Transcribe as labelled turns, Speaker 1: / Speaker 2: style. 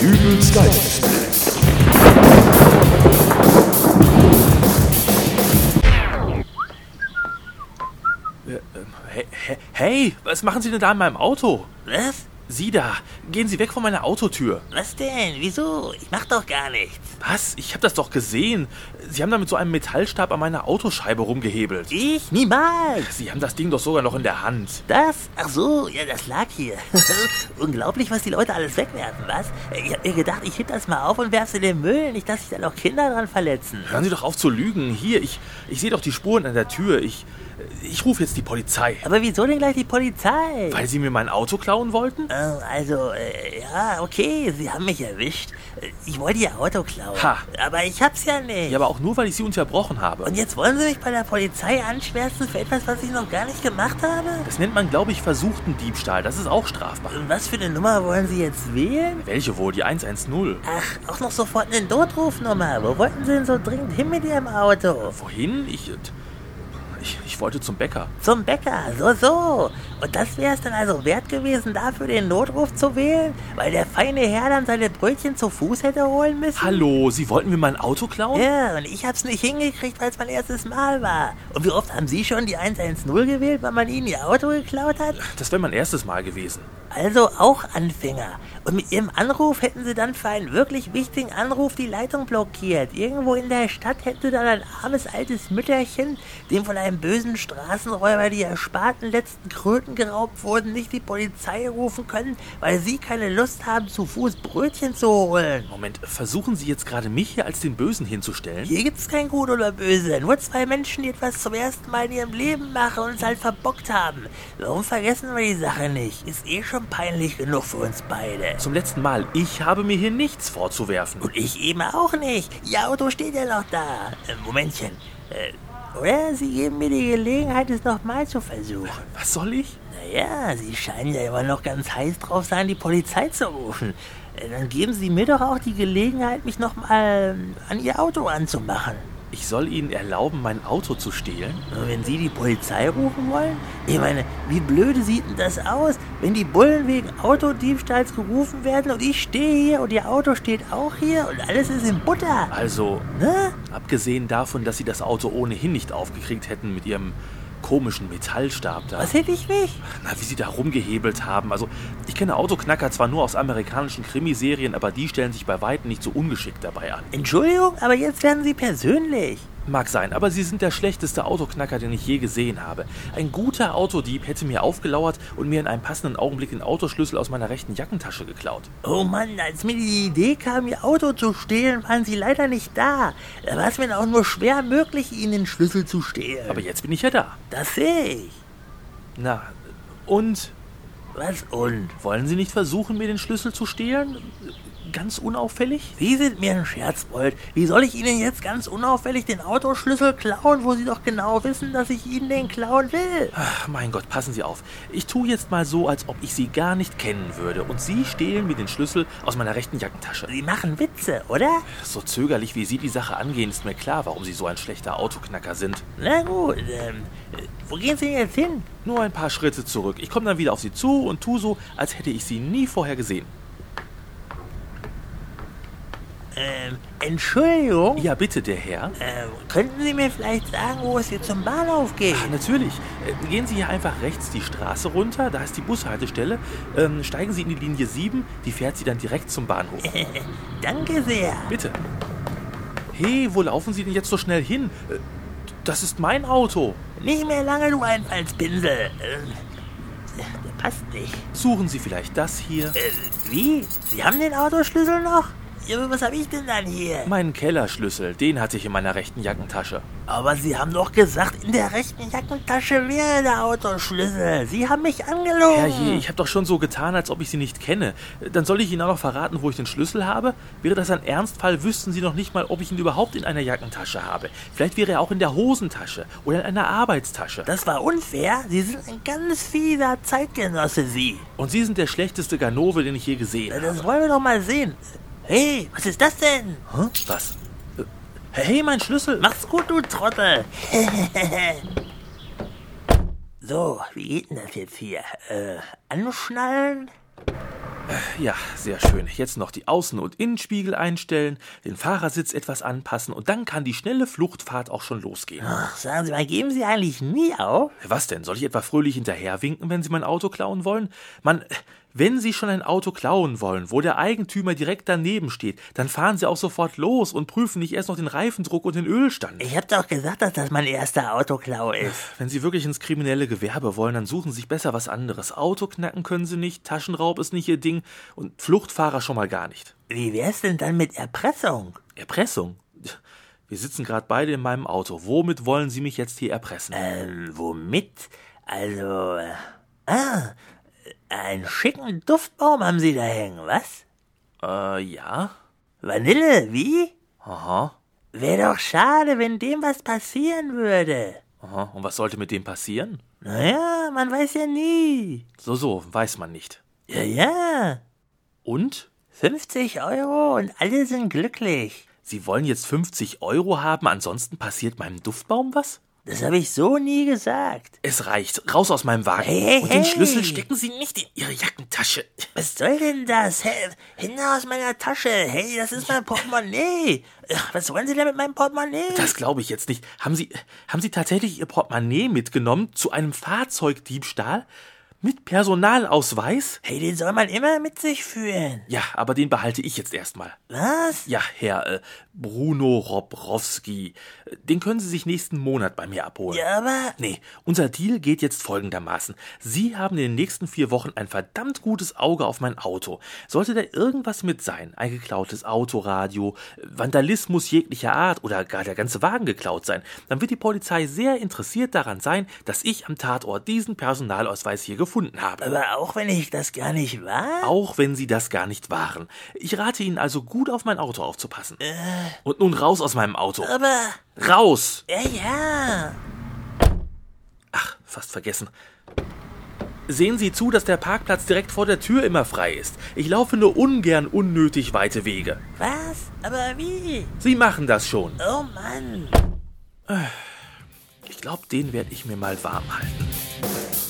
Speaker 1: Übelst geil.
Speaker 2: Äh, Hey, hey, hey, was machen Sie denn da in meinem Auto?
Speaker 3: Was?
Speaker 2: Sie da, gehen Sie weg von meiner Autotür.
Speaker 3: Was denn? Wieso? Ich mach doch gar nichts.
Speaker 2: Was? Ich habe das doch gesehen. Sie haben da mit so einem Metallstab an meiner Autoscheibe rumgehebelt.
Speaker 3: Ich? Niemals.
Speaker 2: Sie haben das Ding doch sogar noch in der Hand.
Speaker 3: Das? Ach so, ja, das lag hier. Unglaublich, was die Leute alles wegwerfen, was? Ich hab mir gedacht, ich heb das mal auf und werf's in den Müll. Nicht, dass sich da noch Kinder dran verletzen.
Speaker 2: Hören Sie doch auf zu lügen. Hier, ich, ich sehe doch die Spuren an der Tür. Ich, ich rufe jetzt die Polizei.
Speaker 3: Aber wieso denn gleich die Polizei?
Speaker 2: Weil Sie mir mein Auto klauen wollten?
Speaker 3: Äh, Also, äh, ja, okay, Sie haben mich erwischt. Äh, Ich wollte Ihr Auto klauen.
Speaker 2: Ha.
Speaker 3: Aber ich hab's ja nicht.
Speaker 2: Ja, aber auch nur, weil ich Sie unterbrochen habe.
Speaker 3: Und jetzt wollen Sie mich bei der Polizei anschwärzen für etwas, was ich noch gar nicht gemacht habe?
Speaker 2: Das nennt man, glaube ich, versuchten Diebstahl. Das ist auch strafbar.
Speaker 3: Und was für eine Nummer wollen Sie jetzt wählen?
Speaker 2: Welche wohl? Die 110.
Speaker 3: Ach, auch noch sofort eine Notrufnummer. Wo wollten Sie denn so dringend hin mit Ihrem Auto?
Speaker 2: Wohin? Ich, ich, ich wollte zum Bäcker.
Speaker 3: Zum Bäcker, so, so. Und das wäre es dann also wert gewesen, dafür den Notruf zu wählen? Weil der feine Herr dann seine Brötchen zu Fuß hätte holen müssen?
Speaker 2: Hallo, Sie wollten mir mein Auto klauen?
Speaker 3: Ja, und ich hab's nicht hingekriegt, weil es mein erstes Mal war. Und wie oft haben Sie schon die 110 gewählt, weil man Ihnen Ihr Auto geklaut hat?
Speaker 2: Das wäre mein erstes Mal gewesen.
Speaker 3: Also auch Anfänger. Und mit Ihrem Anruf hätten Sie dann für einen wirklich wichtigen Anruf die Leitung blockiert. Irgendwo in der Stadt hätte dann ein armes altes Mütterchen, dem von einem bösen Straßenräuber die ersparten letzten Kröten geraubt wurden, nicht die Polizei rufen können, weil Sie keine Lust haben, zu Fuß Brötchen zu holen.
Speaker 2: Moment, versuchen Sie jetzt gerade mich hier als den Bösen hinzustellen?
Speaker 3: Hier gibt's kein Gut oder Böse. Nur zwei Menschen, die etwas zum ersten Mal in ihrem Leben machen und es halt verbockt haben. Warum vergessen wir die Sache nicht? Ist eh schon peinlich genug für uns beide.
Speaker 2: Zum letzten Mal, ich habe mir hier nichts vorzuwerfen.
Speaker 3: Und ich eben auch nicht. Ihr Auto steht ja noch da. Äh, Momentchen. Äh, oder Sie geben mir die Gelegenheit, es nochmal zu versuchen.
Speaker 2: Was soll ich?
Speaker 3: Naja, Sie scheinen ja immer noch ganz heiß drauf sein, die Polizei zu rufen. Äh, Dann geben Sie mir doch auch die Gelegenheit, mich nochmal an Ihr Auto anzumachen.
Speaker 2: Ich soll Ihnen erlauben, mein Auto zu stehlen?
Speaker 3: Und wenn Sie die Polizei rufen wollen? Ich meine, wie blöde sieht denn das aus, wenn die Bullen wegen Autodiebstahls gerufen werden und ich stehe hier und Ihr Auto steht auch hier und alles ist in Butter,
Speaker 2: Also,
Speaker 3: ne?
Speaker 2: abgesehen davon, dass Sie das Auto ohnehin nicht aufgekriegt hätten mit Ihrem komischen Metallstab da.
Speaker 3: Was hätte ich mich?
Speaker 2: Na, wie sie da rumgehebelt haben. Also, ich kenne Autoknacker zwar nur aus amerikanischen Krimiserien, aber die stellen sich bei weitem nicht so ungeschickt dabei an.
Speaker 3: Entschuldigung, aber jetzt werden Sie persönlich.
Speaker 2: Mag sein, aber sie sind der schlechteste Autoknacker, den ich je gesehen habe. Ein guter Autodieb hätte mir aufgelauert und mir in einem passenden Augenblick den Autoschlüssel aus meiner rechten Jackentasche geklaut.
Speaker 3: Oh Mann, als mir die Idee kam, Ihr Auto zu stehlen, waren Sie leider nicht da. Da war es mir auch nur schwer möglich, Ihnen den Schlüssel zu stehlen.
Speaker 2: Aber jetzt bin ich ja da.
Speaker 3: das sehe ich.
Speaker 2: Na, und
Speaker 3: Was und?
Speaker 2: wollen Sie nicht versuchen, mir den Schlüssel zu stehlen? Ganz unauffällig?
Speaker 3: Sie sind mir ein Scherzbold. Wie soll ich Ihnen jetzt ganz unauffällig den Autoschlüssel klauen, wo Sie doch genau wissen, dass ich Ihnen den klauen will?
Speaker 2: Ach, mein Gott, passen Sie auf. Ich tue jetzt mal so, als ob ich Sie gar nicht kennen würde und Sie stehlen mir den Schlüssel aus meiner rechten Jackentasche.
Speaker 3: Sie machen Witze, oder?
Speaker 2: So zögerlich, wie Sie die Sache angehen, ist mir klar, warum Sie so ein schlechter Autoknacker sind.
Speaker 3: Na gut, ähm, äh, wo gehen Sie denn jetzt hin?
Speaker 2: Nur ein paar Schritte zurück. Ich komme dann wieder auf sie zu und tu so, als hätte ich sie nie vorher gesehen.
Speaker 3: Ähm, Entschuldigung?
Speaker 2: Ja, bitte, der Herr.
Speaker 3: Ähm, könnten Sie mir vielleicht sagen, wo es hier zum Bahnhof geht?
Speaker 2: Ach, Ah, natürlich. Äh, Gehen Sie hier einfach rechts die Straße runter, da ist die Bushaltestelle. Ähm, steigen Sie in die Linie 7, die fährt Sie dann direkt zum Bahnhof.
Speaker 3: Danke sehr.
Speaker 2: Bitte. Hey, wo laufen Sie denn jetzt so schnell hin? Äh, Das ist mein Auto.
Speaker 3: Nicht mehr lange, du Einfallspinsel. Ähm, der passt nicht.
Speaker 2: Suchen Sie vielleicht das hier?
Speaker 3: Äh, wie? Sie haben den Autoschlüssel noch? Ja, aber was habe ich denn dann hier?
Speaker 2: Meinen Kellerschlüssel, den hatte ich in meiner rechten Jackentasche.
Speaker 3: Aber Sie haben doch gesagt, in der rechten Jackentasche wäre der Autoschlüssel. Sie haben mich angelogen.
Speaker 2: Herrje, ich habe doch schon so getan, als ob ich sie nicht kenne. Äh, Dann soll ich Ihnen auch noch verraten, wo ich den Schlüssel habe? Wäre das ein Ernstfall, wüssten Sie noch nicht mal, ob ich ihn überhaupt in einer Jackentasche habe. Vielleicht wäre er auch in der Hosentasche oder in einer Arbeitstasche.
Speaker 3: das war unfair. Sie sind ein ganz fieser Zeitgenosse, Sie.
Speaker 2: Und Sie sind der schlechteste Ganove, den ich je gesehen
Speaker 3: Na,
Speaker 2: habe.
Speaker 3: Das wollen wir doch mal sehen. Hey, was ist das denn?
Speaker 2: Hä? Was? Äh, Hey, mein Schlüssel!
Speaker 3: Mach's gut, du Trottel. so, wie geht denn das jetzt hier? Äh, anschnallen?
Speaker 2: Ja, sehr schön. Jetzt noch die Außen- und Innenspiegel einstellen, den Fahrersitz etwas anpassen und dann kann die schnelle Fluchtfahrt auch schon losgehen.
Speaker 3: Ach, sagen Sie mal, geben Sie eigentlich nie auf?
Speaker 2: Was denn? Soll ich etwa fröhlich hinterherwinken, wenn Sie mein Auto klauen wollen? Mann, wenn Sie schon ein Auto klauen wollen, wo der Eigentümer direkt daneben steht, dann fahren Sie auch sofort los und prüfen nicht erst noch den Reifendruck und den Ölstand.
Speaker 3: Ich hab doch gesagt, dass das mein erster Autoklau ist.
Speaker 2: Wenn Sie wirklich ins kriminelle Gewerbe wollen, dann suchen Sie sich besser was anderes. Autoknacken können Sie nicht, Taschenraub ist nicht Ihr Ding und Fluchtfahrer schon mal gar nicht.
Speaker 3: Wie wär's denn dann mit Erpressung?
Speaker 2: Erpressung? Wir sitzen gerade beide in meinem Auto. Womit wollen Sie mich jetzt hier erpressen?
Speaker 3: Ähm, womit? Also, äh, ah, einen schicken Duftbaum haben Sie da hängen, was?
Speaker 2: Äh, ja?
Speaker 3: Vanille, wie?
Speaker 2: Aha,
Speaker 3: Wäre doch schade, wenn dem was passieren würde.
Speaker 2: aha. Und was sollte mit dem passieren?
Speaker 3: Naja, man weiß ja nie.
Speaker 2: So, so, weiß man nicht.
Speaker 3: Ja, ja.
Speaker 2: Und?
Speaker 3: 50 Euro und alle sind glücklich.
Speaker 2: Sie wollen jetzt 50 Euro haben, ansonsten passiert meinem Duftbaum was?
Speaker 3: Das habe ich so nie gesagt.
Speaker 2: Es reicht. Raus aus meinem Wagen.
Speaker 3: Hey, hey,
Speaker 2: Und den
Speaker 3: hey.
Speaker 2: Schlüssel stecken Sie nicht in Ihre Jackentasche.
Speaker 3: Was soll denn das? Hey, Hände aus meiner Tasche. Hey, das ist mein Portemonnaie. Ach, was wollen Sie denn mit meinem Portemonnaie?
Speaker 2: Das glaube ich jetzt nicht. Haben Sie, haben Sie tatsächlich Ihr Portemonnaie mitgenommen zu einem Fahrzeugdiebstahl? Mit Personalausweis?
Speaker 3: hey, den soll man immer mit sich führen.
Speaker 2: Ja, aber den behalte ich jetzt erstmal.
Speaker 3: Was?
Speaker 2: Ja, Herr äh, Bruno Robrowski, äh, den können Sie sich nächsten Monat bei mir abholen.
Speaker 3: Ja, aber...
Speaker 2: Nee, unser Deal geht jetzt folgendermaßen. Sie haben in den nächsten vier Wochen ein verdammt gutes Auge auf mein Auto. Sollte da irgendwas mit sein, ein geklautes Autoradio, Vandalismus jeglicher Art oder gar der ganze Wagen geklaut sein, dann wird die Polizei sehr interessiert daran sein, dass ich am Tatort diesen Personalausweis hier gefunden habe.
Speaker 3: Aber auch wenn ich das gar nicht war?
Speaker 2: Auch wenn Sie das gar nicht waren. Ich rate Ihnen also gut auf mein Auto aufzupassen. Und nun raus aus meinem Auto.
Speaker 3: Aber...
Speaker 2: Raus!
Speaker 3: Ja, ja.
Speaker 2: Ach, fast vergessen. Sehen Sie zu, dass der Parkplatz direkt vor der Tür immer frei ist. Ich laufe nur ungern unnötig weite Wege.
Speaker 3: Was? Aber wie?
Speaker 2: Sie machen das schon.
Speaker 3: Oh Mann.
Speaker 2: Ich glaube, den werde ich mir mal warm halten.